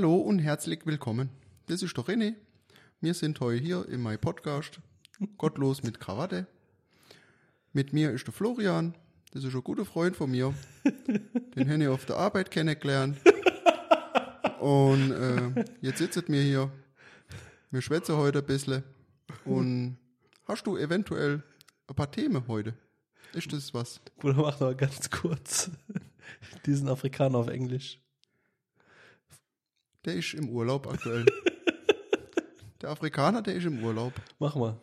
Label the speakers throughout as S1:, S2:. S1: Hallo und herzlich willkommen. Das ist doch René. Wir sind heute hier in meinem Podcast. Gottlos mit Krawatte. Mit mir ist der Florian. Das ist ein guter Freund von mir. Den habe ich auf der Arbeit kennengelernt. Und äh, jetzt sitzt mir hier. Wir schwätzen heute ein bisschen. Und hast du eventuell ein paar Themen heute? Ist das was?
S2: Bruder, mach noch ganz kurz diesen Afrikaner auf Englisch.
S1: Der ist im Urlaub aktuell. der Afrikaner, der ist im Urlaub.
S2: Mach mal.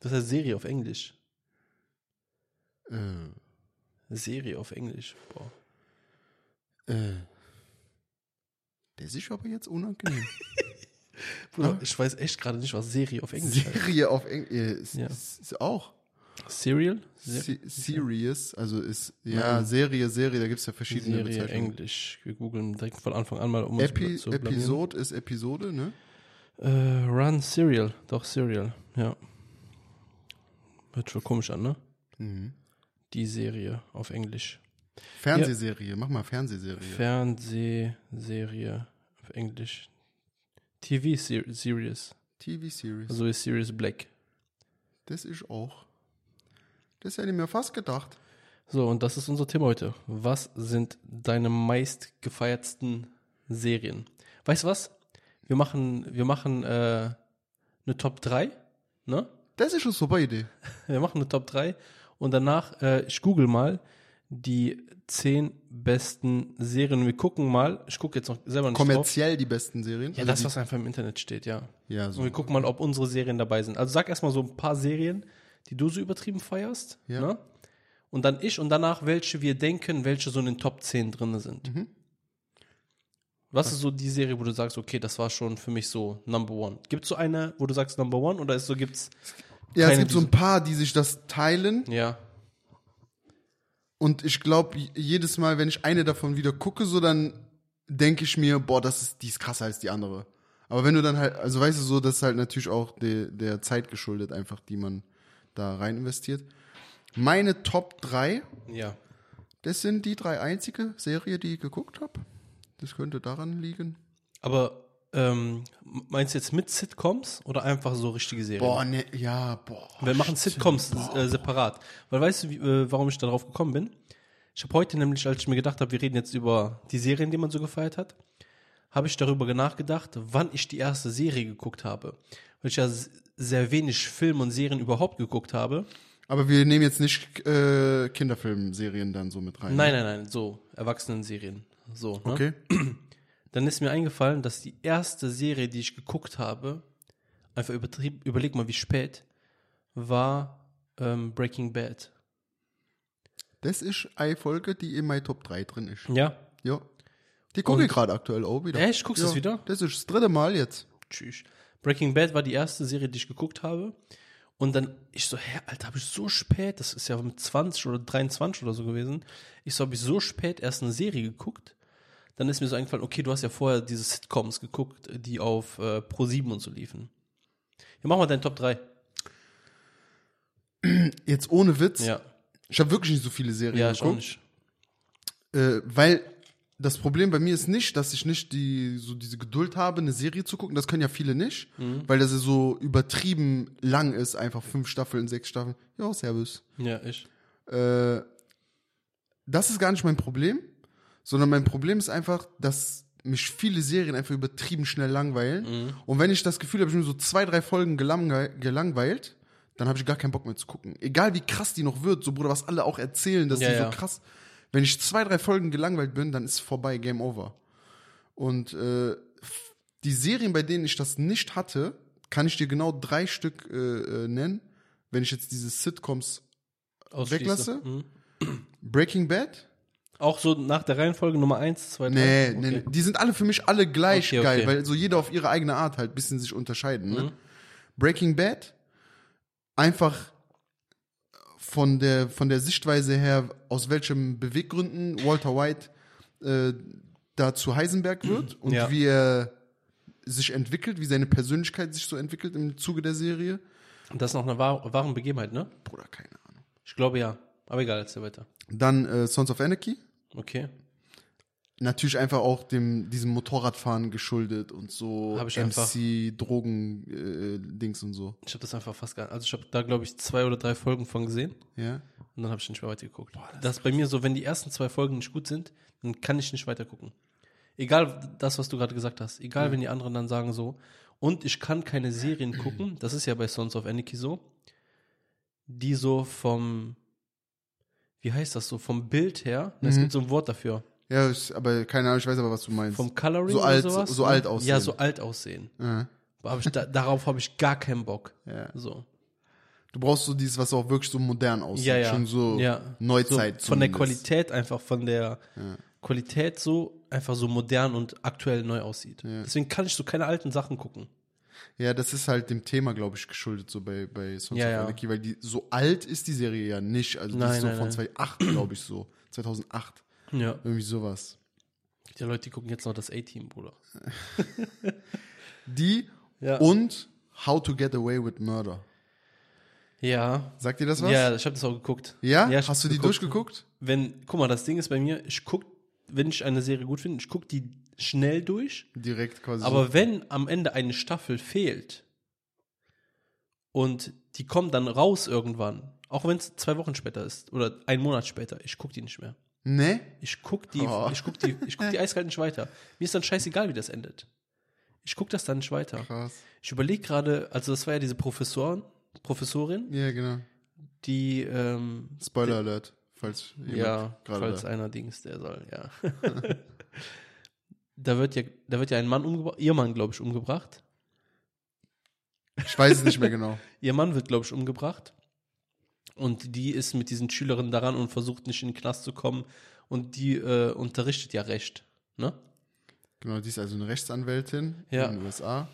S2: Das heißt Serie auf Englisch.
S1: Äh,
S2: Serie auf Englisch. Boah.
S1: äh. Das ist aber jetzt unangenehm.
S2: Bruder,
S1: Ah.
S2: ich weiß echt gerade nicht, was Serie auf Englisch heißt.
S1: Serie auf Englisch.
S2: Ja.
S1: Ja. Ist, ist auch.
S2: Serial? Se
S1: Se Serious, also ist, ja, Serie, Serie, da gibt es ja verschiedene
S2: Serie
S1: Bezeichnungen.
S2: Englisch. Wir googeln direkt von Anfang an mal, um
S1: Epi
S2: uns zu blamieren.
S1: Episode ist Episode, ne?
S2: Äh, Run Serial. Doch, Serial. Ja. Hört schon komisch an, ne?
S1: Mhm.
S2: Die Serie auf Englisch.
S1: Fernsehserie, mach mal Fernsehserie.
S2: Fernsehserie auf Englisch. TV -Ser Series.
S1: TV-Series.
S2: Also ist Series Black.
S1: das ist auch. Das hätte ich mir fast gedacht.
S2: So, und das ist unser Thema heute. Was sind deine meistgefeiertsten Serien? Weißt du was? Wir machen, wir machen äh, eine Top 3, ne?
S1: Das ist eine super Idee.
S2: Wir machen eine Top 3 und danach, äh, ich google mal die 10 besten Serien. Wir gucken mal, ich gucke jetzt noch selber nicht drauf.
S1: Kommerziell die besten Serien.
S2: Ja,
S1: Also
S2: das,
S1: die,
S2: was einfach im Internet steht, ja.
S1: ja,
S2: Und
S1: so.
S2: wir gucken mal, ob unsere Serien dabei sind. Also sag erstmal so ein paar Serien, die du so übertrieben feierst.
S1: Ja.
S2: Ne? Und dann ich und danach, welche wir denken, welche so in den Top 10 drin sind.
S1: Mhm.
S2: Was ist so die Serie, wo du sagst, okay, das war schon für mich so Number One? Gibt es so eine, wo du sagst Number One oder ist so, gibt's.
S1: ja es
S2: keine
S1: gibt so ein paar, die sich das teilen.
S2: Ja.
S1: Und ich glaube, jedes Mal, wenn ich eine davon wieder gucke, so dann denke ich mir, boah, das ist, die ist krasser als die andere. Aber wenn du dann halt, also weißt du so, das ist halt natürlich auch de, der Zeit geschuldet, einfach, die man da rein investiert. Meine Top 3,
S2: Ja.
S1: das sind die drei einzige Serie, die ich geguckt habe. Das könnte daran liegen.
S2: Aber ähm, meinst du jetzt mit Sitcoms oder einfach so richtige Serien?
S1: Boah, ne, ja, boah.
S2: Wir machen Sitcoms äh, separat. Weil weißt du, wie, äh, warum ich darauf gekommen bin? Ich habe heute nämlich, als ich mir gedacht habe, wir reden jetzt über die Serien, die man so gefeiert hat, habe ich darüber nachgedacht, wann ich die erste Serie geguckt habe. Weil ich ja s- sehr wenig Film und Serien überhaupt geguckt habe.
S1: Aber wir nehmen jetzt nicht äh, Kinderfilmserien dann so mit rein.
S2: Nein, nein, nein, so Erwachsenenserien. So. Ne?
S1: Mhm. Okay.
S2: Dann ist mir eingefallen, dass die erste Serie, die ich geguckt habe, einfach übertrieben, überleg mal, wie spät, war ähm, Breaking Bad.
S1: Das ist eine Folge, die in meiner Top 3 drin ist.
S2: Ja,
S1: Ja. Die gucke ich
S2: Und-
S1: gerade aktuell auch wieder.
S2: Echt? Guckst du
S1: ja.
S2: es wieder?
S1: Das ist das dritte Mal jetzt.
S2: Tschüss. Breaking Bad war die erste Serie, die ich geguckt habe. Und dann, ich so, hä, Alter, habe ich so spät, das ist ja mit 20 oder 23 oder so gewesen. Ich so, habe ich so spät erst eine Serie geguckt. Dann ist mir so eingefallen, okay, du hast ja vorher diese Sitcoms geguckt, die auf äh, Pro7 und so liefen. Ja, mach mal deinen Top 3.
S1: Jetzt ohne Witz.
S2: Ja,
S1: Ich habe wirklich nicht so viele Serien
S2: ja, ich auch
S1: geguckt.
S2: nicht.
S1: Äh, weil das Problem bei mir ist nicht, dass ich nicht die, so diese Geduld habe, eine Serie zu gucken. Das können ja viele nicht,
S2: Mhm.
S1: weil das ja so übertrieben lang ist. Einfach fünf Staffeln, sechs Staffeln. Ja, servus.
S2: Ja, ich.
S1: Äh, das ist gar nicht mein Problem, sondern mein Problem ist einfach, dass mich viele Serien einfach übertrieben schnell langweilen.
S2: Mhm.
S1: Und wenn ich das Gefühl habe, ich bin so zwei, drei Folgen gelangwe- gelangweilt, dann habe ich gar keinen Bock mehr zu gucken. Egal wie krass die noch wird, so Bruder, was alle auch erzählen, dass
S2: Ja,
S1: die
S2: ja.
S1: so krass. Wenn ich zwei, drei Folgen gelangweilt bin, dann ist vorbei, Game Over. Und äh, f- die Serien, bei denen ich das nicht hatte, kann ich dir genau drei Stück äh, äh, nennen, wenn ich jetzt diese Sitcoms
S2: Ausschließe.
S1: Weglasse?
S2: Mhm.
S1: Breaking Bad,
S2: Auch so nach der Reihenfolge Nummer 1, 2, 3.
S1: Nee, nee, nee, die sind alle für mich alle gleich
S2: Äh, Okay,
S1: geil,
S2: okay. Mhm.
S1: weil so jeder auf ihre eigene Art halt ein bisschen sich unterscheiden. Ne? Breaking Bad, einfach von der, von der Sichtweise her, aus welchen Beweggründen Walter White äh, da zu Heisenberg wird und
S2: Ja.
S1: wie er sich entwickelt, wie seine Persönlichkeit sich so entwickelt im Zuge der Serie.
S2: Das ist noch eine wahr, wahren Begebenheit, ne?
S1: Bruder, keine Ahnung.
S2: Ich glaube ja. Aber egal, erzähl weiter.
S1: Dann äh, Sons of Anarchy,
S2: Okay.
S1: Natürlich einfach auch dem, diesem Motorradfahren geschuldet und so
S2: Hab ich
S1: MC, Drogen, äh, Dings und so.
S2: Ich habe das einfach fast gar nicht. Also ich habe da, glaube ich, zwei oder drei Folgen von gesehen
S1: Ja.
S2: und dann habe ich nicht mehr weitergeguckt. das, ist bei mir so, wenn die ersten zwei Folgen nicht gut sind, dann kann ich nicht weitergucken. Egal das, was du gerade gesagt hast. Egal,
S1: Mhm.
S2: wenn die anderen dann sagen so. Und ich kann keine Serien gucken, das ist ja bei Sons of Anarchy so, die so vom, wie heißt das so, vom Bild her, es
S1: Mhm.
S2: gibt so ein Wort dafür,
S1: Ja, ich, aber keine Ahnung, ich weiß aber, was du meinst.
S2: vom Coloring
S1: So
S2: oder
S1: alt-
S2: sowas.
S1: so alt aussehen.
S2: Ja, so alt aussehen.
S1: ja.
S2: Hab ich da, darauf habe ich gar keinen Bock.
S1: Ja.
S2: So.
S1: Du brauchst so dieses, was auch wirklich so modern aussieht.
S2: Ja, ja.
S1: Schon so
S2: ja.
S1: Neuzeit.
S2: So von der
S1: zumindest.
S2: Qualität einfach, von der Qualität so einfach so modern und aktuell neu aussieht.
S1: Ja.
S2: Deswegen kann ich so keine alten Sachen gucken.
S1: Ja, das ist halt dem Thema, glaube ich, geschuldet, so bei, bei Sons
S2: Ja,
S1: of
S2: ja.
S1: Anarchy, weil die, so alt ist die Serie ja nicht. Also die
S2: Nein,
S1: ist so
S2: nein,
S1: von
S2: nein.
S1: 2008, glaube ich, so. 2008.
S2: Ja.
S1: Irgendwie sowas.
S2: Die Leute, die gucken jetzt noch das A-Team, Bruder.
S1: Die
S2: Ja.
S1: und How to Get Away with Murder.
S2: Ja.
S1: Sagt dir das was?
S2: Ja, ich habe das auch geguckt.
S1: Ja?
S2: ich hab's
S1: Hast du die
S2: geguckt.
S1: durchgeguckt?
S2: Wenn, guck mal, das Ding ist bei mir, ich guck, wenn ich eine Serie gut finde, ich guck die schnell durch.
S1: Direkt quasi. so.
S2: Aber wenn am Ende eine Staffel fehlt und die kommt dann raus irgendwann, auch wenn es zwei Wochen später ist oder einen Monat später, ich gucke die nicht mehr.
S1: Ne?
S2: Ich guck die,
S1: Oh.
S2: ich guck die, ich guck die eiskalt nicht weiter. Mir ist dann scheißegal, wie das endet. Ich guck das dann nicht weiter.
S1: Krass.
S2: Ich überlege gerade, also das war ja diese Professorin, Professorin,
S1: Ja, genau.
S2: die ähm,
S1: Spoiler Alert, falls jemand
S2: ja,
S1: gerade
S2: falls
S1: da.
S2: einer Dings, der soll, ja. da wird ja, da wird ja ein Mann umgebracht, ihr Mann, glaube ich, umgebracht.
S1: Ich weiß es nicht mehr genau.
S2: Ihr Mann wird, glaube ich, umgebracht. Und die ist mit diesen Schülerinnen daran und versucht nicht in den Knast zu kommen. Und die äh, unterrichtet ja Recht. Ne?
S1: Genau, die ist also eine Rechtsanwältin
S2: Ja.
S1: in den USA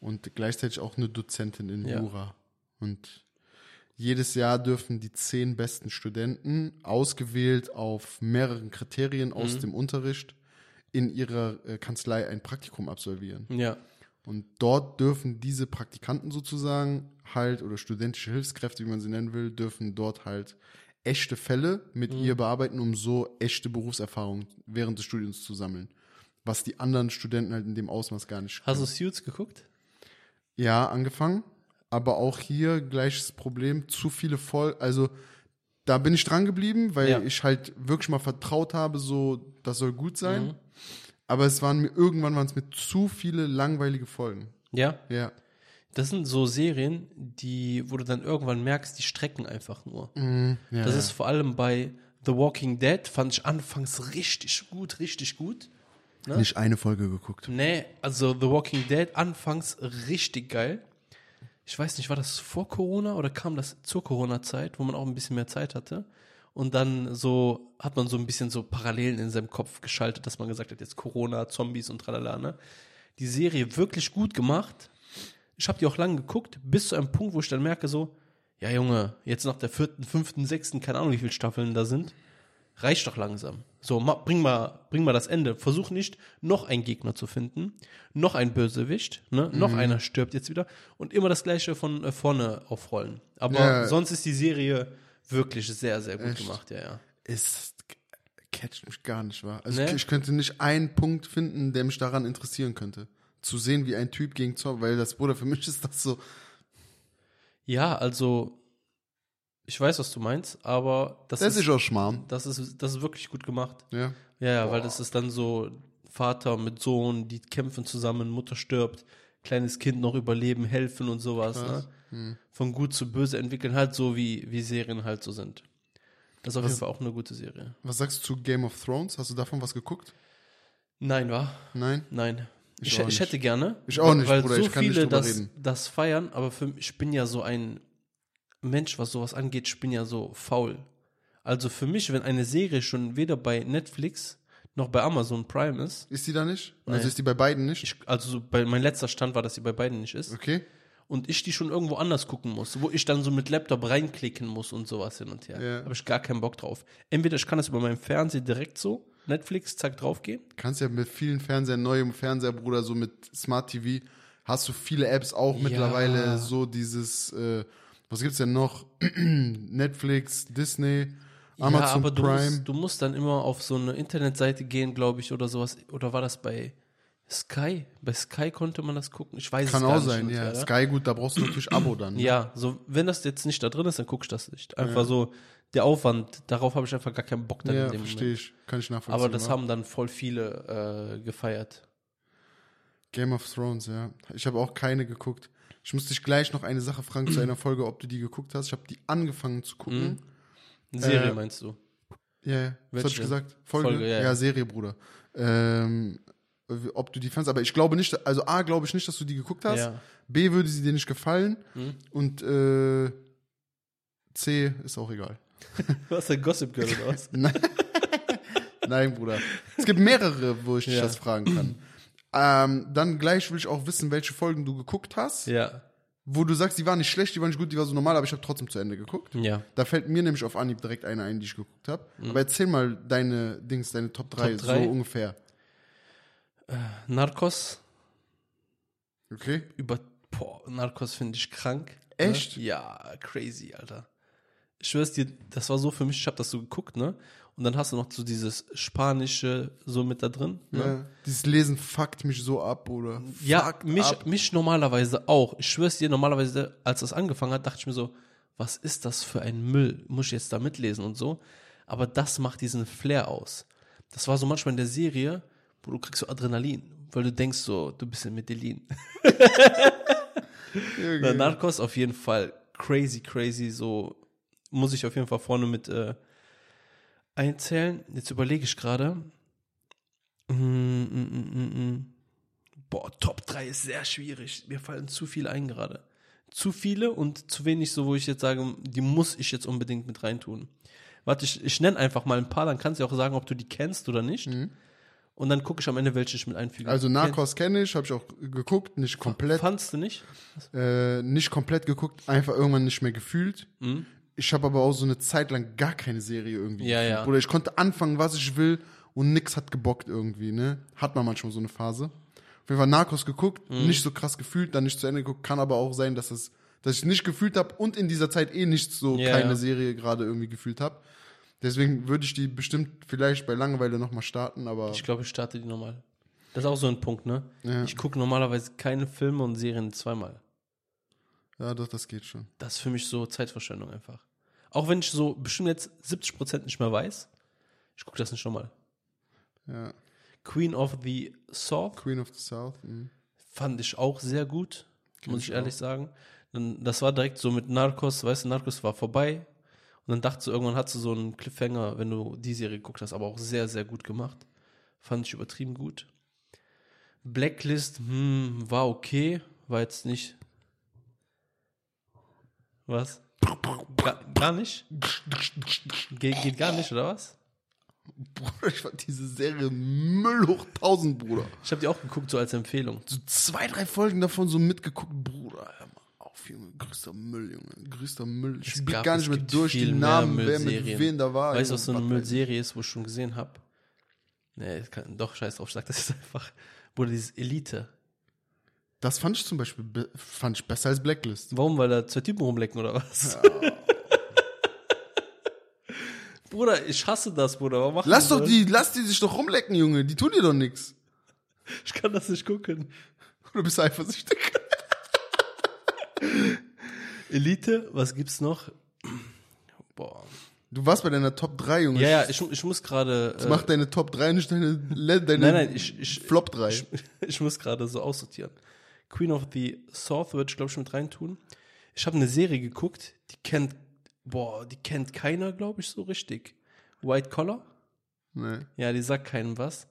S1: und gleichzeitig auch eine Dozentin in
S2: Ja.
S1: Jura. Und jedes Jahr dürfen die zehn besten Studenten, ausgewählt auf mehreren Kriterien aus
S2: Mhm.
S1: dem Unterricht, in ihrer äh, Kanzlei ein Praktikum absolvieren.
S2: Ja.
S1: Und dort dürfen diese Praktikanten sozusagen halt oder studentische Hilfskräfte, wie man sie nennen will, dürfen dort halt echte Fälle mit
S2: Mhm.
S1: ihr bearbeiten, um so echte Berufserfahrung während des Studiums zu sammeln. Was die anderen Studenten halt in dem Ausmaß gar nicht.
S2: Hast du
S1: können.
S2: Suits geguckt?
S1: Ja, angefangen. Aber auch hier gleiches Problem, zu viele voll. Also da bin ich dran geblieben, weil
S2: Ja.
S1: ich halt wirklich mal vertraut habe, so, das soll gut sein.
S2: Mhm.
S1: Aber es waren mir, irgendwann waren es mir zu viele langweilige Folgen.
S2: Ja.
S1: Ja.
S2: Das sind so Serien, die, wo du dann irgendwann merkst, die strecken einfach nur.
S1: Mhm. ja.
S2: Das ist vor allem bei The Walking Dead, fand ich anfangs richtig gut, richtig gut. Ne?
S1: Nicht eine Folge geguckt.
S2: Nee, also The Walking Dead anfangs richtig geil. Ich weiß nicht, war das vor Corona oder kam das zur Corona-Zeit, wo man auch ein bisschen mehr Zeit hatte? Und dann so hat man so ein bisschen so Parallelen in seinem Kopf geschaltet, dass man gesagt hat, jetzt Corona, Zombies und tralala, ne? Die Serie wirklich gut gemacht. Ich habe die auch lange geguckt, bis zu einem Punkt, wo ich dann merke so, ja Junge, jetzt nach der vierten, fünften, sechsten, keine Ahnung, wie viele Staffeln da sind, reicht doch langsam. So, ma, bring, mal, bring mal das Ende. Versuch nicht, noch einen Gegner zu finden, noch ein Bösewicht, ne? noch
S1: Mhm.
S2: einer stirbt jetzt wieder und immer das Gleiche von äh, vorne aufrollen. Aber
S1: Ja.
S2: sonst ist die Serie wirklich sehr, sehr gut
S1: Echt?
S2: gemacht, ja, ja.
S1: Es catcht mich gar nicht, wahr? Also
S2: Nee?
S1: ich könnte nicht einen Punkt finden, der mich daran interessieren könnte. Zu sehen, wie ein Typ gegen Zorn, weil das, Bruder, für mich ist das so.
S2: Ja, also, ich weiß, was du meinst, aber das,
S1: Das, ist auch Schmarrn.
S2: das ist, das ist wirklich gut gemacht.
S1: Ja.
S2: Ja, ja, weil das ist dann so Vater mit Sohn, die kämpfen zusammen, Mutter stirbt, kleines Kind noch überleben, helfen und sowas.
S1: Krass. Hm.
S2: Ne? Von gut zu böse entwickeln, halt so wie, wie Serien halt so sind. Das ist auf jeden Fall auch eine gute Serie.
S1: Was sagst du zu Game of Thrones? Hast du davon was geguckt?
S2: Nein, war?
S1: Nein?
S2: Nein.
S1: Ich
S2: Ich,
S1: auch
S2: ich,
S1: nicht.
S2: hätte gerne.
S1: Ich auch nicht,
S2: weil
S1: Bruder,
S2: so
S1: ich kann nicht
S2: viele
S1: drüber
S2: das,
S1: reden.
S2: das feiern, aber für mich, ich bin ja so ein Mensch, was sowas angeht, ich bin ja so faul. Also für mich, wenn eine Serie schon weder bei Netflix noch bei Amazon Prime ist,
S1: Ist die da nicht? Also
S2: Nein.
S1: ist die bei beiden nicht?
S2: ich, also so bei, mein letzter Stand war, dass sie bei beiden nicht ist.
S1: Okay.
S2: Und ich die schon irgendwo anders gucken muss, wo ich dann so mit Laptop reinklicken muss und sowas hin und her.
S1: Ja.
S2: Habe ich gar keinen Bock drauf. Entweder ich kann das über meinem Fernseher direkt so, Netflix, zack, draufgehen.
S1: Kannst ja mit vielen Fernsehern, neuem Fernseher, Bruder, so mit Smart TV, hast du viele Apps auch mittlerweile, so dieses, äh, was gibt's denn noch? Netflix, Disney,
S2: ja,
S1: Amazon
S2: aber du
S1: Prime.
S2: musst, du musst dann immer auf so eine Internetseite gehen, glaube ich, oder sowas. Oder war das bei Sky? Bei Sky konnte man das gucken. Ich weiß
S1: Kann
S2: es gar
S1: auch
S2: nicht.
S1: sein,
S2: mehr,
S1: ja.
S2: oder?
S1: Sky, gut, da brauchst du natürlich Abo dann. ne?
S2: Ja, so wenn das jetzt nicht da drin ist, dann guck ich das nicht. Einfach so der Aufwand, darauf habe ich einfach gar keinen Bock dann
S1: ja
S2: in dem
S1: verstehe
S2: Moment.
S1: ich. Kann ich nachvollziehen.
S2: Aber das
S1: ja.
S2: haben dann voll viele äh, gefeiert.
S1: Game of Thrones, ja. Ich habe auch keine geguckt. Ich muss dich gleich noch eine Sache fragen zu einer Folge, ob du die geguckt hast. Ich habe die angefangen zu
S2: Mhm.
S1: gucken.
S2: Eine Serie
S1: Äh,
S2: meinst du?
S1: Ja, ja. Was
S2: Welche?
S1: hab ich gesagt? Folge?
S2: Folge, ja,
S1: ja,
S2: ja.
S1: Serie, Bruder. Ähm, w- ob du die fandst, aber ich glaube nicht, also A, glaube ich nicht, dass du die geguckt hast.
S2: Ja.
S1: B, würde sie dir nicht gefallen.
S2: Hm?
S1: Und äh, C, ist auch egal.
S2: Du hast ein Gossip Girl oder was?
S1: Nein, Bruder. Es gibt mehrere, wo ich dich
S2: Ja.
S1: das fragen kann. Ähm, dann gleich will ich auch wissen, welche Folgen du geguckt hast,
S2: ja.
S1: wo du sagst, die waren nicht schlecht, die waren nicht gut, die war so normal, aber ich habe trotzdem zu Ende geguckt.
S2: Ja.
S1: Da fällt mir nämlich auf Anhieb direkt eine ein, die ich geguckt habe. Aber erzähl mal deine Dings, deine Top 3,
S2: Hm. Top drei?
S1: so ungefähr.
S2: Narcos
S1: Okay?
S2: über boah, Narcos finde ich krank.
S1: Echt?
S2: Ne? Ja, crazy, Alter. Ich schwör's dir, das war so für mich, ich habe das so geguckt, ne? Und dann hast du noch so dieses spanische so mit da drin, ne?
S1: Ja. Dieses Lesen fuckt mich so ab, oder?
S2: Ja, mich,
S1: ab.
S2: mich normalerweise auch. Ich schwör's dir, normalerweise, als das angefangen hat, dachte ich mir so, was ist das für ein Müll? Muss ich jetzt da mitlesen und so? Aber das macht diesen Flair aus. Das war so manchmal in der Serie, wo du kriegst so Adrenalin, weil du denkst so, du bist in Medellin. Na,
S1: Irgendwie.
S2: Narcos auf jeden Fall crazy, crazy, so muss ich auf jeden Fall vorne mit äh, einzählen. Jetzt überlege ich gerade. Mm, mm, mm, mm, mm. Boah, Top 3 ist sehr schwierig. Mir fallen zu viele ein gerade. Zu viele und zu wenig, so wo ich jetzt sage, die muss ich jetzt unbedingt mit reintun. Warte, ich, ich nenne einfach mal ein paar, dann kannst du ja auch sagen, ob du die kennst oder nicht. Und dann gucke ich am Ende, welche ich mit einfüge.
S1: Mhm. Also Narcos kenne ich, habe ich auch geguckt, nicht komplett,
S2: Fandst du nicht?
S1: äh, nicht komplett geguckt, einfach irgendwann nicht mehr gefühlt. Ich habe aber auch so eine Zeit lang gar keine Serie irgendwie.
S2: Mhm. Ja, ja.
S1: Oder ich konnte anfangen, was ich will und nix hat gebockt irgendwie, ne? Hat man manchmal so eine Phase. Auf jeden Fall Narcos geguckt,
S2: Mhm.
S1: nicht so krass gefühlt, dann nicht zu Ende geguckt, kann aber auch sein, dass es dass ich nicht gefühlt habe und in dieser Zeit eh nicht so
S2: Ja,
S1: keine
S2: ja.
S1: Serie gerade irgendwie gefühlt habe. Deswegen würde ich die bestimmt vielleicht bei Langeweile nochmal starten, aber
S2: Ich glaube, ich starte die nochmal. Das ist auch so ein Punkt, ne?
S1: Ja.
S2: Ich gucke normalerweise keine Filme und Serien zweimal.
S1: ja, doch, das geht schon.
S2: Das ist für mich so Zeitverschwendung einfach. Auch wenn ich so bestimmt jetzt 70% nicht mehr weiß, ich gucke das nicht nochmal.
S1: Ja.
S2: Queen of the South
S1: Queen of the South. mhm.
S2: fand ich auch sehr gut, muss
S1: ich
S2: ich ehrlich sagen. Dann, das war direkt so mit Narcos, weißt du, Narcos war vorbei. Und dann dachte du, irgendwann hast du so einen Cliffhanger, wenn du die Serie geguckt hast, aber auch sehr, sehr gut gemacht. Fand ich übertrieben gut. Blacklist, hm, war okay, war jetzt nicht. Was? Gar, gar nicht? Ge geht gar nicht, oder was?
S1: Bruder, ich fand diese Serie Müll hoch 1000, Bruder.
S2: Ich habe die auch geguckt, so als Empfehlung.
S1: So zwei, drei Folgen davon so mitgeguckt, Bruder. Hör mal auf, Junge, größter Müll, Junge, größter Müll. Ich
S2: Es
S1: blick
S2: gab-
S1: gar
S2: es
S1: nicht mehr
S2: gibt
S1: durch die
S2: viel mehr
S1: Namen, wer mit
S2: Müllserien.
S1: wem da war.
S2: Weißt du,
S1: Junge,
S2: was so eine
S1: was weiß ich.
S2: Müllserie ist, wo ich schon gesehen habe? Nee, ich kann, doch, scheiß drauf, ich sag das jetzt einfach. Wurde dieses Elite.
S1: Das fand ich zum Beispiel be fand ich besser als Blacklist.
S2: Warum? Weil da zwei Typen rumlecken oder was? Bruder, ich hasse das, Bruder. Warum machen
S1: Lass
S2: die
S1: doch
S2: das?
S1: die, lass die sich doch rumlecken, Junge. Die tun dir doch nichts.
S2: Ich kann das nicht gucken.
S1: Du bist eifersüchtig.
S2: Elite, was gibt's noch? Boah.
S1: Du warst bei deiner Top 3, Junge.
S2: Ja, ja, ich, ich muss gerade. äh,
S1: Mach deine Top 3, nicht deine, le- deine
S2: nein, nein, ich, ich,
S1: Flop 3.
S2: Ich, ich muss gerade so aussortieren. Queen of the South würde ich, glaube ich, mit reintun. Ich habe eine Serie geguckt, die kennt, boah, die kennt keiner, glaube ich, so richtig. White Collar?
S1: nee.
S2: Ja, die sagt keinem was.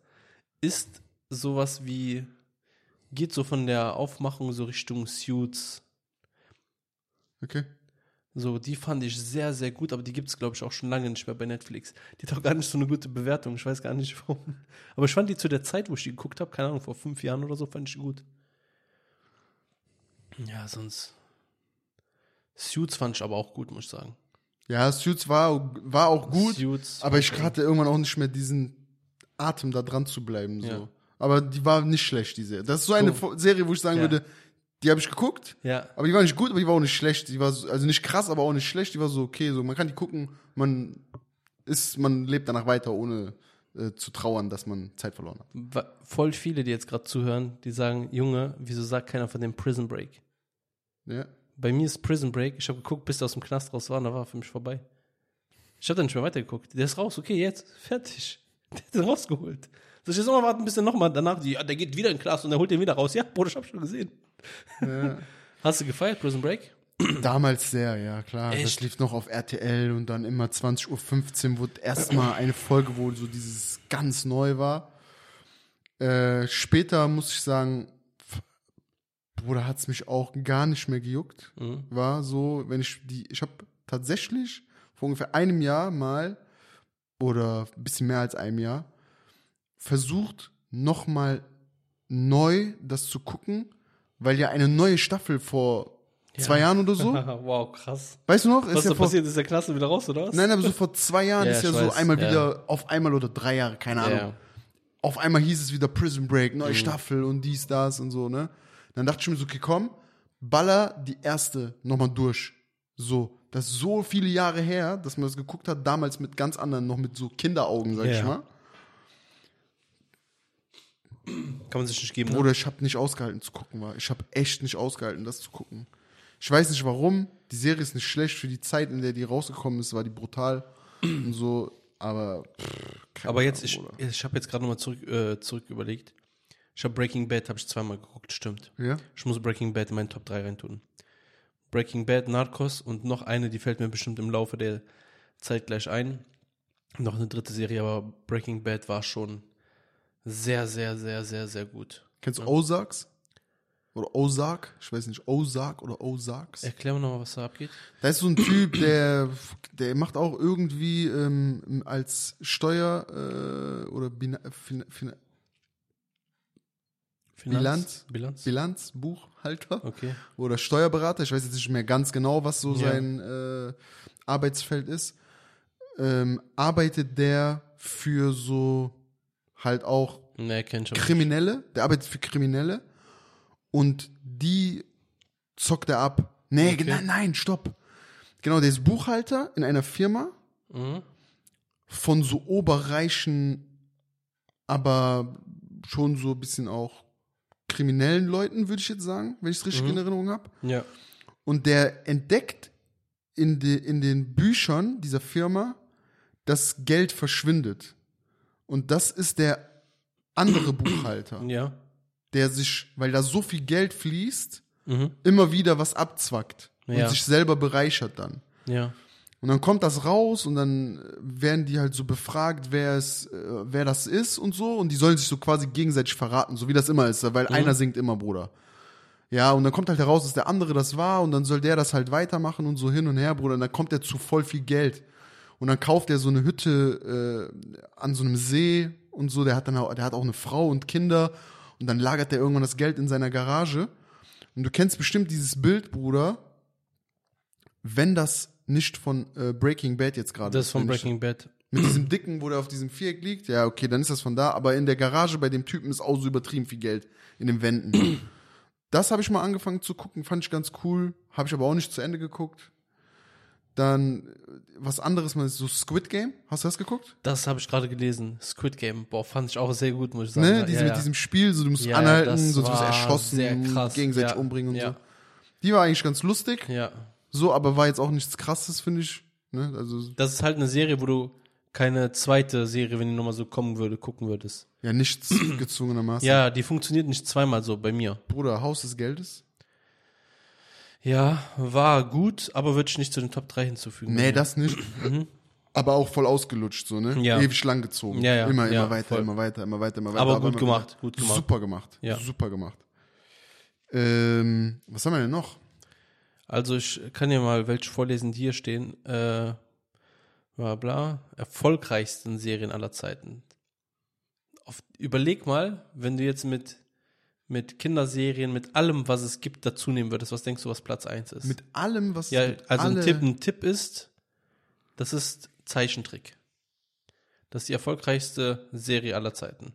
S2: Ist sowas wie, geht so von der Aufmachung so Richtung Suits.
S1: Okay.
S2: So, die fand ich sehr, sehr gut, aber die gibt es, glaube ich, auch schon lange nicht mehr bei Netflix. Die hat auch gar nicht so eine gute Bewertung, ich weiß gar nicht warum. Aber ich fand die zu der Zeit, wo ich die geguckt habe, keine Ahnung, vor fünf Jahren oder so, fand ich die gut. Ja, sonst. Suits fand ich aber auch gut, muss ich sagen.
S1: Ja, Suits war, war auch gut,
S2: Suits.
S1: aber ich hatte irgendwann auch nicht mehr diesen Atem, da dran zu bleiben. So.
S2: Ja.
S1: Aber die war nicht schlecht, die Serie. Das ist so eine Fo- Serie, wo ich sagen
S2: Ja.
S1: würde, die habe ich geguckt,
S2: Ja,
S1: aber die war nicht gut, aber die war auch nicht schlecht. Die war so, also nicht krass, aber auch nicht schlecht. Die war so okay. So, man kann die gucken, man ist, man lebt danach weiter, ohne äh, zu trauern, dass man Zeit verloren hat.
S2: Wa- Voll viele, die jetzt gerade zuhören, die sagen, Junge, wieso sagt keiner von dem Prison Break?
S1: Ja.
S2: Bei mir ist Prison Break, ich habe geguckt, bis der aus dem Knast raus war, und da war er für mich vorbei. Ich habe dann nicht mehr weitergeguckt. Der ist raus, okay, jetzt, fertig. Der hat den rausgeholt. Soll ich jetzt nochmal warten, bis der nochmal danach, die, ja, der geht wieder in den Knast und der holt den wieder raus. Ja, Bruder, ich hab schon gesehen. Hast du gefeiert, Prison Break?
S1: Damals sehr, ja klar. Das
S2: Echt?
S1: lief noch auf RTL und dann immer 20.15 Uhr wurde erstmal eine Folge, wo so dieses ganz neu war. Äh, später muss ich sagen, f- Bruder, hat es mich auch gar nicht mehr gejuckt.
S2: Mhm.
S1: War so, wenn ich die, ich habe tatsächlich vor ungefähr einem Jahr mal oder ein bisschen mehr als einem Jahr versucht, nochmal neu das zu gucken, weil ja eine neue Staffel vor zwei Jahren oder so
S2: wow, krass.
S1: Weißt du noch? Ist
S2: Was ist
S1: ja
S2: da
S1: vor,
S2: passiert? Ist der Knast wieder raus, oder was?
S1: nein, aber so vor zwei Jahren
S2: Ja,
S1: ist ja
S2: ich
S1: so
S2: weiß,
S1: einmal
S2: ja.
S1: wieder, auf einmal oder drei Jahre, keine
S2: Ja,
S1: Ahnung.
S2: ja.
S1: Auf einmal hieß es wieder Prison Break,
S2: Mhm.
S1: neue Staffel und dies, das und so, ne? Dann dachte ich mir so, okay, komm, baller die erste nochmal durch. So, das ist so viele Jahre her, dass man das geguckt hat, damals mit ganz anderen, noch mit so Kinderaugen, sag ich
S2: Ja.
S1: mal.
S2: Kann man sich nicht geben. ne?
S1: Bruder, ich habe nicht ausgehalten zu gucken, war. Ich habe echt nicht ausgehalten, das zu gucken. Ich weiß nicht warum. Die Serie ist nicht schlecht für die Zeit, in der die rausgekommen ist, war die brutal und so. Aber pff, keine
S2: Aber jetzt, ich,
S1: Ahnung, Bruder.
S2: ich habe jetzt gerade nochmal zurück, äh, zurück überlegt. Ich habe Breaking Bad, habe ich zweimal geguckt, stimmt.
S1: ja,
S2: Ich muss Breaking Bad in meinen Top 3 reintun. Breaking Bad, Narcos und noch eine, die fällt mir bestimmt im Laufe der Zeit gleich ein. Noch eine dritte Serie, aber Breaking Bad war schon sehr, sehr, sehr, sehr, sehr gut.
S1: kennst du Ozarks oder Ozark? Ich weiß nicht, Ozark oder Ozarks.
S2: Erklär mir nochmal, was da abgeht.
S1: Da ist so ein Typ, der, der macht auch irgendwie ähm, als Steuer äh, oder Bina, fin, fin, Bilanz.
S2: Bilanz.
S1: Bilanzbuchhalter.
S2: Okay.
S1: oder Steuerberater, ich weiß jetzt nicht mehr ganz genau, was so
S2: Ja.
S1: sein äh, Arbeitsfeld ist, ähm, arbeitet der für so halt auch
S2: Nee, kenn schon.
S1: Kriminelle, der arbeitet für Kriminelle und die zockt er ab. Nee,
S2: Okay.
S1: nein, nein, stopp. Genau, der ist Buchhalter in einer Firma
S2: Mhm.
S1: von so oberreichen, aber schon so ein bisschen auch kriminellen Leuten, würde ich jetzt sagen, wenn ich es richtig
S2: Mhm.
S1: in Erinnerung habe.
S2: Ja.
S1: Und der entdeckt in, de, in den Büchern dieser Firma, dass Geld verschwindet. Und das ist der andere Buchhalter,
S2: Ja.
S1: der sich, weil da so viel Geld fließt,
S2: Mhm.
S1: immer wieder was abzwackt und
S2: Ja.
S1: sich selber bereichert dann.
S2: Ja.
S1: Und dann kommt das raus und dann äh, werden die halt so befragt, wer es, äh, wer das ist und so. Und die sollen sich so quasi gegenseitig verraten, so wie das immer ist, weil einer singt immer, Bruder. Ja, und dann kommt halt heraus, dass der andere das war und dann soll der das halt weitermachen und so hin und her, Bruder. Und dann kommt er zu voll viel Geld. Und dann kauft er so eine Hütte äh, an so einem See und so. Der hat dann auch, der hat auch eine Frau und Kinder. Und dann lagert er irgendwann das Geld in seiner Garage. Und du kennst bestimmt dieses Bild, Bruder, wenn das nicht von äh, Breaking Bad jetzt gerade
S2: Das ist von
S1: wenn ich-
S2: Breaking Bad.
S1: Mit diesem Dicken, wo der auf diesem Viereck liegt. Ja, okay, dann ist das von da. Aber in der Garage bei dem Typen ist auch so übertrieben viel Geld in den Wänden. Das habe ich mal angefangen zu gucken, fand ich ganz cool. Habe ich aber auch nicht zu Ende geguckt. Dann äh, was anderes, mal so Squid Game. Hast du das geguckt?
S2: Das habe ich gerade gelesen. Squid Game. Boah, fand ich auch sehr gut, muss ich sagen.
S1: Ne?
S2: Ja,
S1: Diese,
S2: ja.
S1: Mit diesem Spiel, so du musst
S2: Ja,
S1: anhalten,
S2: das
S1: sonst wirst du
S2: war
S1: erschossen,
S2: sehr krass.
S1: gegenseitig
S2: Ja,
S1: umbringen und
S2: ja.
S1: so. Die war eigentlich ganz lustig.
S2: Ja.
S1: So, aber war jetzt auch nichts krasses, finde ich. Ne? Also,
S2: Das ist halt eine Serie, wo du keine zweite Serie, wenn die nochmal so kommen würde, gucken würdest.
S1: ja, nichts gezwungenermaßen.
S2: Ja, die funktioniert nicht zweimal so bei mir.
S1: Bruder, Haus des Geldes.
S2: Ja, war gut, aber würde ich nicht zu den Top 3 hinzufügen.
S1: Nee, das nicht. Aber auch voll ausgelutscht, so, ne?
S2: Mhm. Ja.
S1: Ewig lang gezogen.
S2: Ja, ja,
S1: Immer, immer
S2: ja,
S1: weiter,
S2: voll.
S1: immer weiter, immer weiter, immer weiter.
S2: Aber gut
S1: immer
S2: gemacht,
S1: weiter.
S2: gut gemacht.
S1: Super gemacht.
S2: Ja.
S1: Super gemacht. Ähm, was haben wir denn noch?
S2: Also ich kann dir mal welche vorlesen, die hier stehen. Äh, bla bla. Erfolgreichsten Serien aller Zeiten. Auf, überleg mal, wenn du jetzt mit, mit Kinderserien, mit allem, was es gibt, dazu nehmen würdest, was denkst du, was Platz 1 ist?
S1: Mit allem, was.
S2: Ja,
S1: mit
S2: also ein
S1: alle-
S2: Tipp, ein Tipp ist, das ist Zeichentrick. Das ist die erfolgreichste Serie aller Zeiten.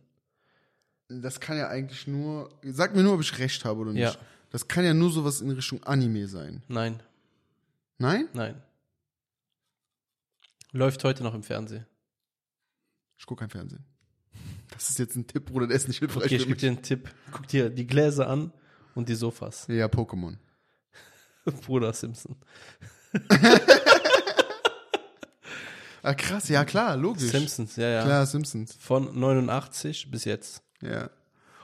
S1: Das kann ja eigentlich nur. Sag mir nur, ob ich recht habe oder nicht.
S2: Ja.
S1: Das kann ja nur sowas in Richtung Anime sein.
S2: Nein,
S1: Nein?
S2: nein. Läuft heute noch im Fernsehen.
S1: Ich gucke kein Fernsehen. Das ist jetzt ein Tipp, Bruder, der ist nicht hilfreich
S2: Okay, ich
S1: für
S2: gebe
S1: mich.
S2: dir einen Tipp. Guck dir die Gläser an und die Sofas.
S1: Ja, Pokémon.
S2: Bruder Simpson.
S1: Ah, krass, ja klar, logisch.
S2: Simpsons, ja, ja.
S1: Klar, Simpsons.
S2: Von 89 bis jetzt.
S1: Ja.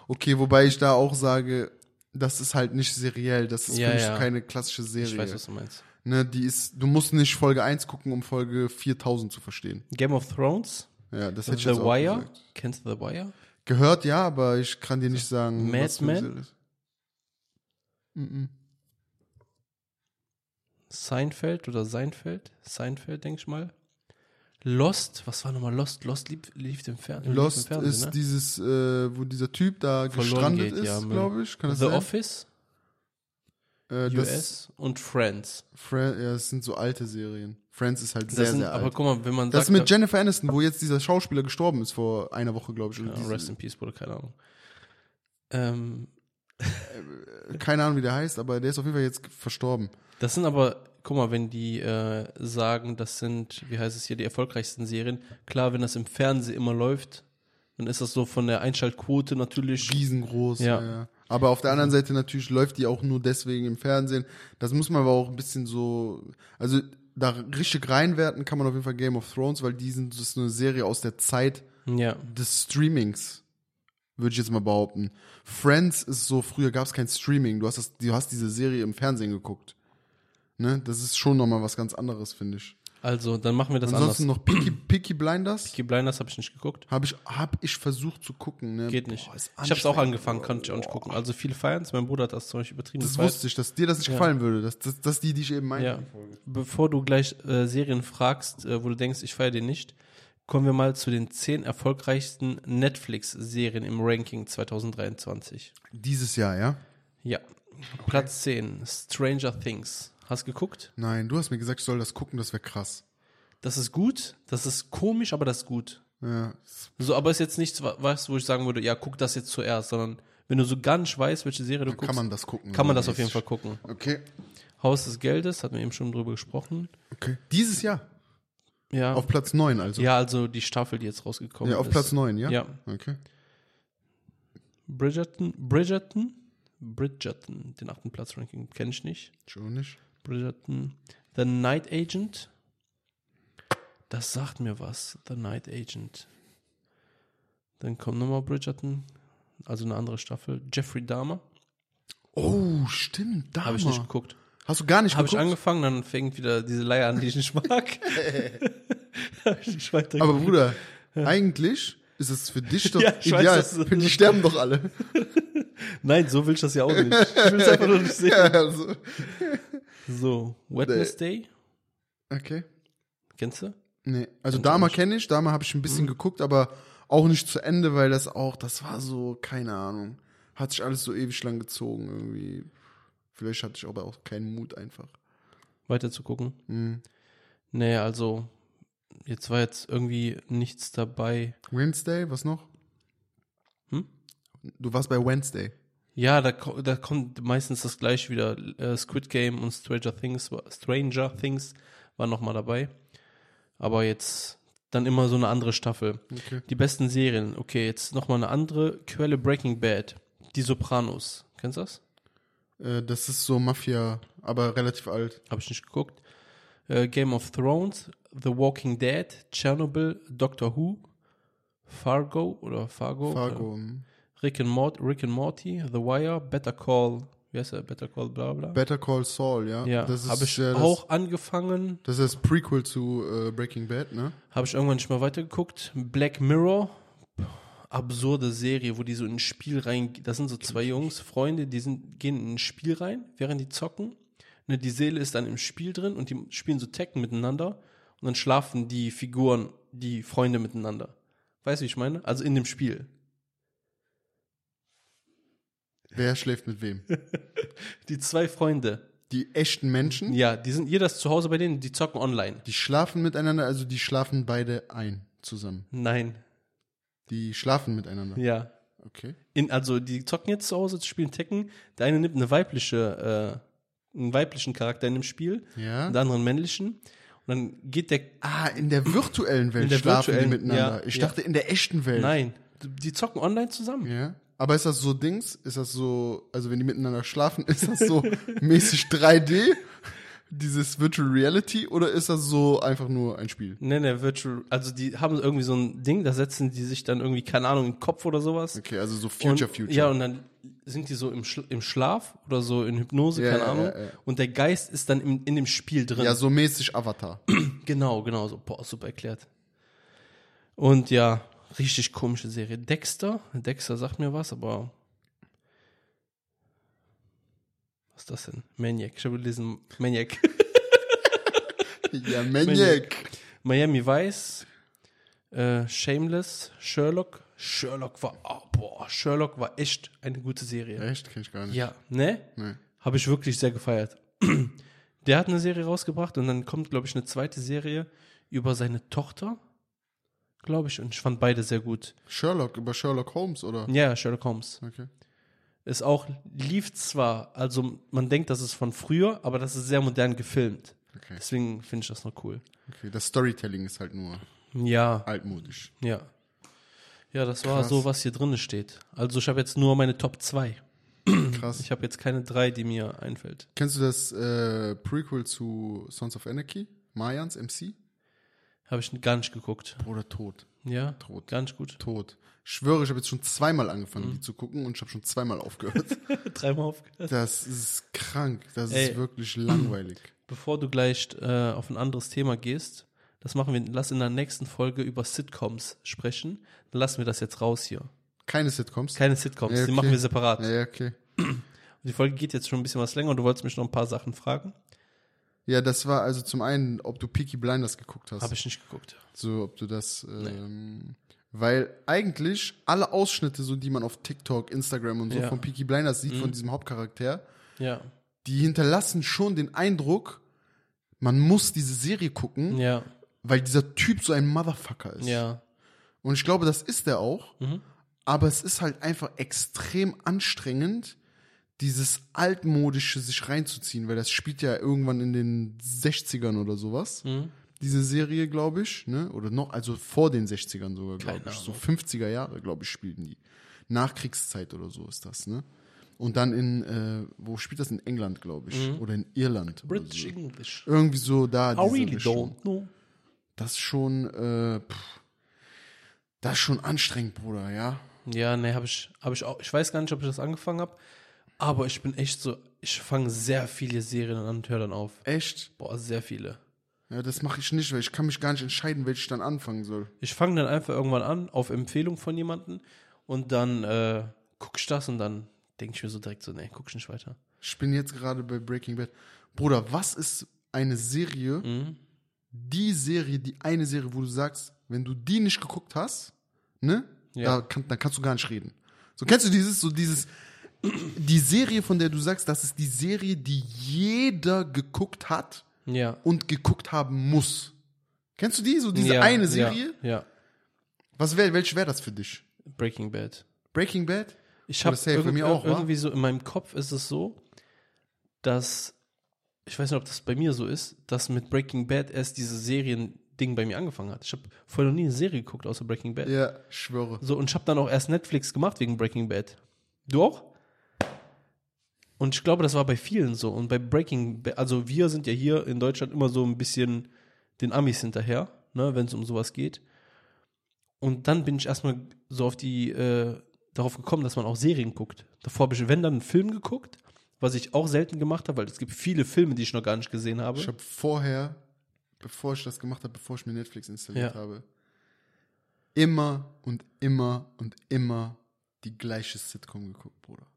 S1: Okay, wobei ich da auch sage, das ist halt nicht seriell, das ist
S2: Ja,
S1: für mich
S2: ja.
S1: keine klassische Serie.
S2: Ich weiß, was du meinst.
S1: ne, die ist, du musst nicht Folge 1 gucken, um Folge 4000 zu verstehen.
S2: Game of Thrones,
S1: Ja, das hätte ich
S2: The
S1: jetzt auch
S2: Wire.
S1: gesagt.
S2: Kennst du The Wire?
S1: Gehört ja, aber ich kann dir nicht sagen,
S2: Mad
S1: was für eine
S2: Men?
S1: Serie ist. Mhm.
S2: Seinfeld oder Seinfeld? Seinfeld, denke ich mal. Lost, was war nochmal Lost? Lost lief, lief im Fernsehen.
S1: Lost
S2: im Fernsehen,
S1: ist
S2: ne?
S1: dieses, äh, wo dieser Typ da
S2: Verloren
S1: gestrandet
S2: geht,
S1: ist,
S2: ja, Mann.
S1: glaube ich. Kann das
S2: The
S1: sein?
S2: Office,
S1: Äh, das,
S2: US und Friends.
S1: Fran ja, das sind so alte Serien. Friends ist halt
S2: Das
S1: sehr,
S2: sind,
S1: sehr
S2: aber
S1: alt.
S2: guck mal, wenn man
S1: Das ist
S2: sagt, äh,
S1: mit Jennifer Aniston, wo jetzt dieser Schauspieler gestorben ist vor einer Woche, glaube ich. oder
S2: ja,
S1: diese-
S2: oh, Rest in Peace, Bruder, keine Ahnung. Ähm,
S1: keine Ahnung, wie der heißt, aber der ist auf jeden Fall jetzt verstorben.
S2: das sind aber, guck mal, wenn die äh, sagen, das sind, wie heißt es hier, die erfolgreichsten Serien. Klar, wenn das im Fernsehen immer läuft, dann ist das so von der Einschaltquote natürlich.
S1: Riesengroß. Ja.
S2: Ja.
S1: ja. Aber auf der anderen Seite natürlich läuft die auch nur deswegen im Fernsehen. Das muss man aber auch ein bisschen so, also da richtig reinwerten kann man auf jeden Fall Game of Thrones, weil die sind, das ist eine Serie aus der Zeit
S2: Ja,
S1: des Streamings, würde ich jetzt mal behaupten. Friends ist so, früher gab es kein Streaming. Du hast, das, du hast diese Serie im Fernsehen geguckt. Ne? Das ist schon nochmal was ganz anderes, finde ich.
S2: also dann machen wir das
S1: Ansonsten
S2: anders.
S1: noch Peaky, Peaky Blinders.
S2: Peaky Blinders habe ich nicht geguckt.
S1: Habe ich, hab ich versucht zu gucken. Ne?
S2: Geht nicht.
S1: Boah, ist
S2: ich habe es auch
S1: anstrengend,
S2: angefangen,
S1: Bruder.
S2: konnte ich auch nicht gucken. Also viele feiern es. Mein Bruder hat das zum Beispiel übertrieben.
S1: Das
S2: gefeiert.
S1: wusste ich, dass dir das nicht gefallen würde. Das, das, das die, die ich eben meinte.
S2: Ja. Bevor du gleich äh, Serien fragst, äh, wo du denkst, ich feiere den nicht, kommen wir mal zu den zehn erfolgreichsten Netflix-Serien im Ranking 2023.
S1: Dieses Jahr, ja?
S2: Ja. Platz 10, Stranger Things. Hast geguckt?
S1: Nein, du hast mir gesagt, ich soll das gucken, das wäre krass.
S2: Das ist gut, das ist komisch, aber das ist gut.
S1: Ja.
S2: So, aber ist jetzt nichts, wa- was, wo ich sagen würde, ja, guck das jetzt zuerst, sondern wenn du so gar nicht weißt, welche Serie du guckst,
S1: Kann man das gucken?
S2: kann man das auf jeden
S1: mäßig.
S2: Fall gucken.
S1: Okay.
S2: Haus des Geldes, hatten wir eben schon drüber gesprochen.
S1: okay. Dieses Jahr.
S2: Ja.
S1: Auf Platz 9 also.
S2: ja, also die Staffel, die jetzt rausgekommen
S1: Ja, auf
S2: ist.
S1: Platz 9, ja?
S2: Ja.
S1: Okay.
S2: Bridgerton, Bridgerton, Bridgerton, den achten Platz Ranking kenne ich nicht.
S1: Schon nicht.
S2: Bridgerton, The Night Agent. Das sagt mir was, The Night Agent. Dann kommt nochmal Bridgerton, also eine andere Staffel. Jeffrey Dahmer,
S1: Oh, stimmt. Da
S2: habe ich nicht geguckt.
S1: Hast du gar nicht
S2: Habe ich
S1: geguckt?
S2: angefangen, dann fängt wieder diese Leier an, die ich nicht mag. Hab ich nicht weiter
S1: Aber Bruder, eigentlich ist es für dich doch
S2: Ja, ich weiß,
S1: ideal.
S2: dass du-
S1: Für die sterben doch alle.
S2: Nein, so will ich das ja auch nicht. Ich will es einfach nur nicht sehen.
S1: ja, also.
S2: So, Wednesday,
S1: Okay.
S2: kennst du?
S1: Nee, also Dama kenne ich, Dama habe ich ein
S2: Mhm.
S1: bisschen geguckt, aber auch nicht zu Ende, weil das auch, das war so, keine Ahnung. Hat sich alles so ewig lang gezogen irgendwie. Vielleicht hatte ich aber auch keinen Mut einfach.
S2: Weiter zu gucken.
S1: Mhm.
S2: Nee, also jetzt war jetzt irgendwie nichts dabei.
S1: Wednesday, was noch?
S2: Hm?
S1: Du warst bei Wednesday.
S2: Ja, da, ko- da kommt meistens das gleiche wieder. Äh, Squid Game und Stranger Things, wa- Stranger Things waren nochmal dabei. Aber jetzt dann immer so eine andere Staffel.
S1: Okay.
S2: Die besten Serien. Okay, jetzt nochmal eine andere Quelle. Breaking Bad. Die Sopranos. Kennst du das?
S1: Äh, das ist so Mafia, aber relativ alt.
S2: Habe ich nicht geguckt. Äh, Game of Thrones, The Walking Dead, Chernobyl, Doctor Who, Fargo oder Fargo.
S1: Fargo. hm.
S2: Äh, Rick, and Mort Rick and Morty, The Wire, Better Call. Wie heißt der? Better Call, bla bla.
S1: Better Call Saul, ja.
S2: ja,
S1: das ist
S2: habe ich
S1: ja, das,
S2: auch angefangen.
S1: Das ist das Prequel zu äh, Breaking Bad, ne?
S2: Habe ich irgendwann nicht mehr weitergeguckt. Black Mirror. Puh, Absurde Serie, wo die so in ein Spiel rein. Das sind so zwei Jungs, Freunde, die sind, gehen in ein Spiel rein, während die zocken. Ne, die Seele ist dann im Spiel drin und die spielen so Tekken miteinander. Und dann schlafen die Figuren, die Freunde miteinander. Weißt du, wie ich meine? Also in dem Spiel.
S1: Wer schläft mit wem?
S2: Die zwei Freunde.
S1: Die echten Menschen,
S2: Ja, die sind jeder ist zu Hause bei denen, die zocken online.
S1: die schlafen miteinander, also die schlafen beide ein zusammen.
S2: Nein.
S1: Die schlafen miteinander.
S2: Ja.
S1: Okay.
S2: In, also die zocken jetzt zu Hause, spielen Tekken. Der eine nimmt eine weibliche, äh, einen weiblichen Charakter in dem Spiel,
S1: Ja.
S2: den anderen männlichen. Und Und dann geht der.
S1: Ah, in der virtuellen Welt
S2: In der
S1: schlafen
S2: virtuellen,
S1: die miteinander.
S2: ja,
S1: ich
S2: ja.
S1: dachte in der echten Welt.
S2: Nein, die zocken online zusammen.
S1: Ja. Aber ist das so Dings? Ist das so, also wenn die miteinander schlafen, ist das so mäßig 3D, dieses Virtual Reality, oder ist das so einfach nur ein Spiel?
S2: Nee, nee, Virtual. Also die haben irgendwie so ein Ding, da setzen die sich dann irgendwie, keine Ahnung, in den Kopf oder sowas.
S1: Okay, also so Future
S2: und,
S1: Future.
S2: Ja, und dann sind die so im, Schla im Schlaf oder so in Hypnose,
S1: Ja,
S2: keine
S1: ja,
S2: Ahnung.
S1: ja, ja.
S2: Und der Geist ist dann in, in dem Spiel drin.
S1: ja, so mäßig Avatar.
S2: Genau, genau so. Boah, super erklärt. Und ja, richtig komische Serie. Dexter. Dexter sagt mir was, aber. Was ist das denn? Maniac. Ich habe gelesen, Maniac.
S1: ja,
S2: Maniac.
S1: Maniac.
S2: Miami Vice. Äh, Shameless. Sherlock. Sherlock war. Oh, boah, Sherlock war echt eine gute Serie.
S1: Echt? Kenn ich gar nicht.
S2: Ja, ne?
S1: Nee.
S2: Habe ich wirklich sehr gefeiert. Der hat eine Serie rausgebracht und dann kommt, glaube ich, eine zweite Serie über seine Tochter, glaube ich. Und ich fand beide sehr gut.
S1: Sherlock, über Sherlock Holmes, oder?
S2: Ja, Sherlock Holmes.
S1: Okay.
S2: Ist auch, lief zwar, also man denkt, das ist von früher, aber das ist sehr modern gefilmt.
S1: Okay.
S2: Deswegen finde ich das noch cool.
S1: okay. Das Storytelling ist halt nur
S2: Ja,
S1: altmodisch.
S2: ja. Ja, das war
S1: Krass.
S2: so, was hier drin steht. Also ich habe jetzt nur meine Top 2.
S1: Krass.
S2: Ich habe jetzt keine drei, die mir einfällt.
S1: Kennst du das äh, Prequel zu Sons of Anarchy? Mayans MC?
S2: Habe ich gar nicht geguckt.
S1: Oder Tod?
S2: Ja,
S1: Tot.
S2: gar nicht gut.
S1: Tod. Ich schwöre, ich habe jetzt schon zweimal angefangen,
S2: Mhm.
S1: die zu gucken und ich habe schon zweimal aufgehört.
S2: Dreimal aufgehört.
S1: Das ist krank. Das
S2: Ey.
S1: ist wirklich langweilig.
S2: Bevor du gleich äh, auf ein anderes Thema gehst, das machen wir, lass in der nächsten Folge über Sitcoms sprechen. Dann lassen wir das jetzt raus hier.
S1: Keine Sitcoms.
S2: Keine Sitcoms,
S1: Ja, okay.
S2: die machen wir separat.
S1: ja, ja, okay.
S2: Die Folge geht jetzt schon ein bisschen was länger und du wolltest mich noch ein paar Sachen fragen.
S1: Ja, das war also zum einen, ob du Peaky Blinders geguckt hast.
S2: Habe ich nicht geguckt.
S1: So, ob du das. Ähm, Weil eigentlich alle Ausschnitte, so die man auf TikTok, Instagram und so
S2: Ja. Mhm.
S1: von Peaky Blinders sieht, von diesem Hauptcharakter,
S2: Ja.
S1: die hinterlassen schon den Eindruck, man muss diese Serie gucken,
S2: Ja.
S1: weil dieser Typ so ein Motherfucker ist.
S2: Ja.
S1: Und ich glaube, das ist er auch.
S2: Mhm.
S1: Aber es ist halt einfach extrem anstrengend, dieses altmodische sich reinzuziehen, weil das spielt ja irgendwann in den 60ern oder sowas.
S2: Mhm.
S1: Diese Serie, glaube ich, ne? Oder noch, also vor den 60ern sogar,
S2: Keine
S1: glaube ich. So
S2: Ahnung.
S1: 50er Jahre, glaube ich, spielten die. Nachkriegszeit oder so ist das, ne? Und dann in, äh, wo spielt das? In England, glaube ich. Oder in Irland. oder
S2: British
S1: so.
S2: English.
S1: Irgendwie so da.
S2: Mhm. I
S1: diese
S2: really
S1: Richtung.
S2: don't know.
S1: Das ist schon, äh, pff, das ist schon anstrengend, Bruder, ja.
S2: Ja, nee, habe ich, hab ich auch. Ich weiß gar nicht, ob ich das angefangen habe, aber ich bin echt so, ich fange sehr viele Serien an und höre dann auf.
S1: Echt?
S2: Boah, sehr viele.
S1: Ja, das mache ich nicht, weil ich kann mich gar nicht entscheiden, welche ich dann anfangen soll.
S2: Ich fange dann einfach irgendwann an, auf Empfehlung von jemandem und dann äh, guck ich das und dann denke ich mir so direkt so, nee, guck ich nicht weiter.
S1: Ich bin jetzt gerade bei Breaking Bad. Bruder, was ist eine Serie,
S2: Mhm.
S1: die Serie, die eine Serie, wo du sagst, wenn du die nicht geguckt hast, ne,
S2: Ja.
S1: da kann, dann kannst du gar nicht reden. So kennst du dieses, so dieses, die Serie, von der du sagst, das ist die Serie, die jeder geguckt hat
S2: Ja.
S1: und geguckt haben muss. Kennst du die? So diese
S2: ja,
S1: eine Serie?
S2: Ja, ja.
S1: Was wäre, welche wäre das für dich?
S2: Breaking Bad.
S1: Breaking Bad?
S2: Ich
S1: Oder
S2: habe
S1: safe, bei mir auch, wa?
S2: irgendwie so in meinem Kopf ist es so, dass ich weiß nicht, ob das bei mir so ist, dass mit Breaking Bad erst dieses Serien-Ding bei mir angefangen hat. Ich habe vorher noch nie eine Serie geguckt außer Breaking Bad.
S1: Ja, ich schwöre.
S2: So und ich habe dann auch erst Netflix gemacht wegen Breaking Bad. Du auch? Und ich glaube, das war bei vielen so. Und bei Breaking Bad, also wir sind ja hier in Deutschland immer so ein bisschen den Amis hinterher, ne, wenn es um sowas geht. Und dann bin ich erstmal so auf die, äh, darauf gekommen, dass man auch Serien guckt. Davor habe ich, wenn dann, einen Film geguckt, was ich auch selten gemacht habe, weil es gibt viele Filme, die ich noch gar nicht gesehen habe.
S1: Ich habe vorher, bevor ich das gemacht habe, bevor ich mir Netflix installiert
S2: Ja.
S1: habe, immer und immer und immer die gleiche Sitcom geguckt, Bruder.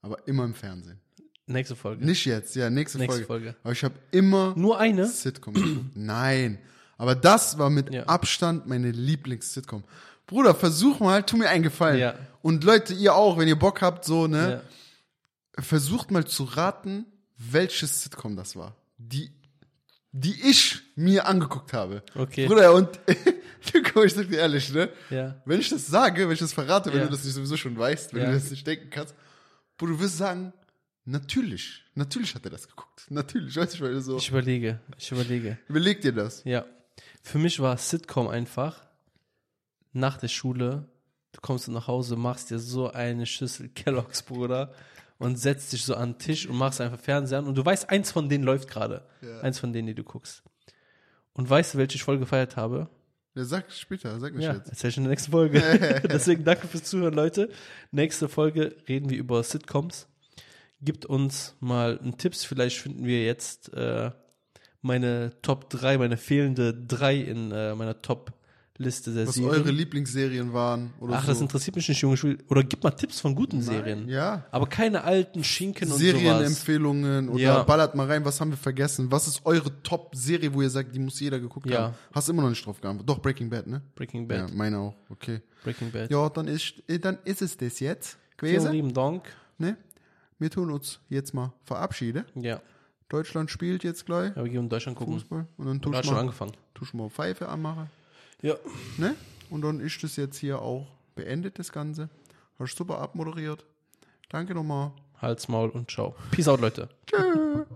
S1: Aber immer im Fernsehen.
S2: Nächste Folge.
S1: Nicht jetzt, ja, nächste,
S2: Nächste
S1: Folge.
S2: Folge.
S1: Aber ich habe immer
S2: Nur eine?
S1: Sitcom geguckt. Nein. Aber das war mit
S2: Ja.
S1: Abstand meine Lieblings-Sitcom. Bruder, versuch mal, tu mir einen Gefallen.
S2: Ja.
S1: Und Leute, ihr auch, wenn ihr Bock habt, so, ne?
S2: Ja.
S1: versucht mal zu raten, welches Sitcom das war, die, die ich mir angeguckt habe.
S2: Okay.
S1: Bruder, und Nico, ich sag dir ehrlich, ne?
S2: Ja.
S1: Wenn ich das sage, wenn ich das verrate, wenn
S2: Ja.
S1: du das nicht sowieso schon weißt, wenn
S2: Ja.
S1: du das nicht denken kannst, Bruder, du wirst sagen, Natürlich, natürlich hat er das geguckt. Natürlich, weiß ich, weil du so.
S2: Ich überlege, ich überlege.
S1: Überleg dir das.
S2: Ja. Für mich war Sitcom einfach nach der Schule, du kommst nach Hause, machst dir so eine Schüssel Kelloggs, Bruder, und setzt dich so an den Tisch und machst einfach Fernseher an und du weißt, eins von denen läuft gerade.
S1: Ja.
S2: Eins von denen, die du guckst. Und weißt du, welche ich voll gefeiert habe?
S1: Ja, Sag später, sag nicht
S2: Ja,
S1: jetzt.
S2: erzähl ich in der nächsten Folge. Deswegen danke fürs Zuhören, Leute. Nächste Folge reden wir über Sitcoms. Gibt uns mal einen Tipps. Vielleicht finden wir jetzt äh, meine Top 3, meine fehlende 3 in äh, meiner Top-Liste der
S1: Was
S2: Serien.
S1: eure Lieblingsserien waren oder
S2: Ach,
S1: so.
S2: das interessiert mich nicht, Junge. Ich will- Oder gib mal Tipps von guten Serien.
S1: ja.
S2: Aber keine alten Schinken und sowas.
S1: Serienempfehlungen oder
S2: Ja.
S1: ballert mal rein, was haben wir vergessen? Was ist eure Top-Serie, wo ihr sagt, die muss jeder geguckt
S2: Ja.
S1: haben? Hast immer noch nicht drauf geantwortet. Doch, Breaking Bad, ne?
S2: Breaking
S1: Ja,
S2: Bad.
S1: meine auch, okay.
S2: Breaking Bad.
S1: Ja, dann ist, äh, dann ist es das jetzt
S2: Vielen
S1: gewesen.
S2: lieben Dank.
S1: Ne? Wir tun uns jetzt mal verabschieden.
S2: Ja.
S1: Deutschland spielt jetzt gleich
S2: ja, wir gehen in Deutschland gucken.
S1: Fußball. Und dann
S2: Da
S1: tust
S2: hat schon
S1: mal,
S2: angefangen.
S1: tust mal Pfeife anmachen.
S2: Ja.
S1: Ne? Und dann ist das jetzt hier auch beendet, das Ganze. Hast super abmoderiert. Danke nochmal.
S2: Hals, Maul und ciao. Peace out, Leute.
S1: Tschüss.